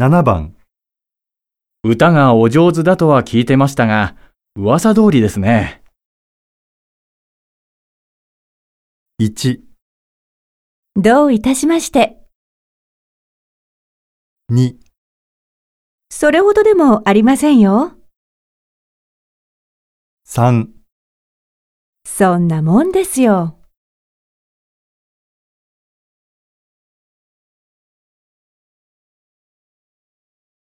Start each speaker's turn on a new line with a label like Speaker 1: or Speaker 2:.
Speaker 1: 7番、
Speaker 2: 歌がお上手だとは聞いてましたが、噂通りですね。
Speaker 1: 1、
Speaker 3: どういたしまして。
Speaker 1: 2、
Speaker 3: それほどでもありませんよ。
Speaker 1: 3。
Speaker 3: そんなもんですよ。